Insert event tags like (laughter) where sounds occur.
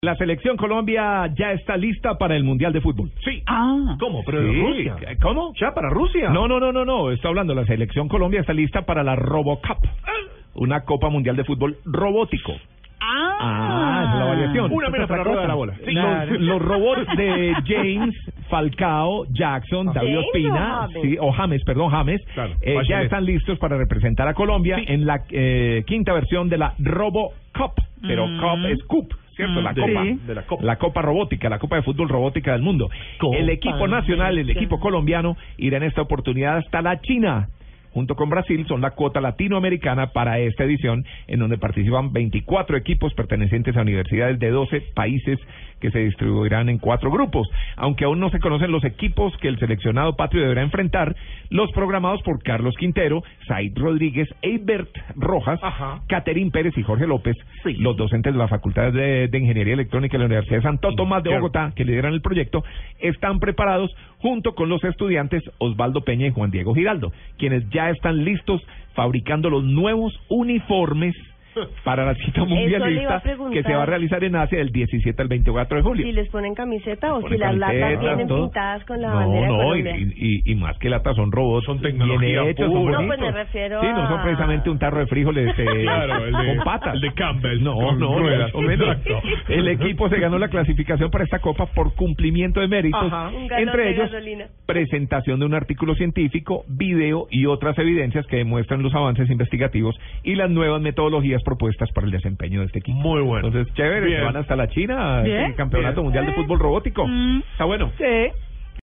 La selección Colombia ya está lista para el Mundial de Fútbol. Sí. Ah. ¿Cómo? Pero Sí. de Rusia. ¿Cómo? Ya, para Rusia. No, no, no, no, no. Está hablando. La selección Colombia está lista para la RoboCup. Ah. Una Copa Mundial de Fútbol robótico. Ah. Ah, esa es la variación. Una Esa es menos otra para rodar cosa. la bola. Sí. Los- Claro. (laughs) Los, robots de James, Falcao, Jackson, David James o Ospina, James? sí, o James, perdón, James, Claro, eh, ya Bachelet. están listos para representar a Colombia Sí. en la eh, quinta versión de la Robo Cup. Pero Mm. Cup es Cup, ¿cierto? La Mm, copa. sí. de la copa. La copa robótica, la copa de fútbol robótica del mundo. Copa el equipo nacional, el equipo colombiano, irá en esta oportunidad hasta la China. Junto con Brasil son la cuota latinoamericana para esta edición, en donde participan 24 equipos pertenecientes a universidades de 12 países que se distribuirán en cuatro grupos. Aunque aún no se conocen los equipos que el seleccionado patrio deberá enfrentar, los programados por Carlos Quintero, Said Rodríguez, Eibert Rojas, Ajá. Caterín Pérez y Jorge López, Sí. los docentes de la Facultad de, de Ingeniería Electrónica de la Universidad de Santo Tomás de Cierto. Bogotá, que lideran el proyecto, están preparados junto con los estudiantes Osvaldo Peña y Juan Diego Giraldo, quienes ya están listos fabricando los nuevos uniformes para la cita le iba a mundialista que se preguntar. va a realizar en Asia del 17 al 24 de julio. Si les ponen camiseta o Ponen si las latas camisetas, vienen todo. pintadas con la no, bandera no, y, colombiana. y- y más que latas son robots, Son tecnología bien hechos, son pura. No, pues me bonitos. refiero Sí, no son a- precisamente un tarro de frijoles eh, (laughs) Claro, el de- con patas. el de Campbell, No, con no, ruedas. hombre, no. Exacto. El equipo se ganó la clasificación para esta copa por cumplimiento de méritos. Ajá. Un galón Entre de ellos, gasolina. presentación de un artículo científico, video y otras evidencias que demuestran los avances investigativos y las nuevas metodologías propuestas para el desempeño de este equipo. Muy bueno. Entonces, chévere, Bien. se van hasta la China, Bien. el Campeonato Bien. Mundial de Fútbol Robótico. Mm. Está bueno. Sí.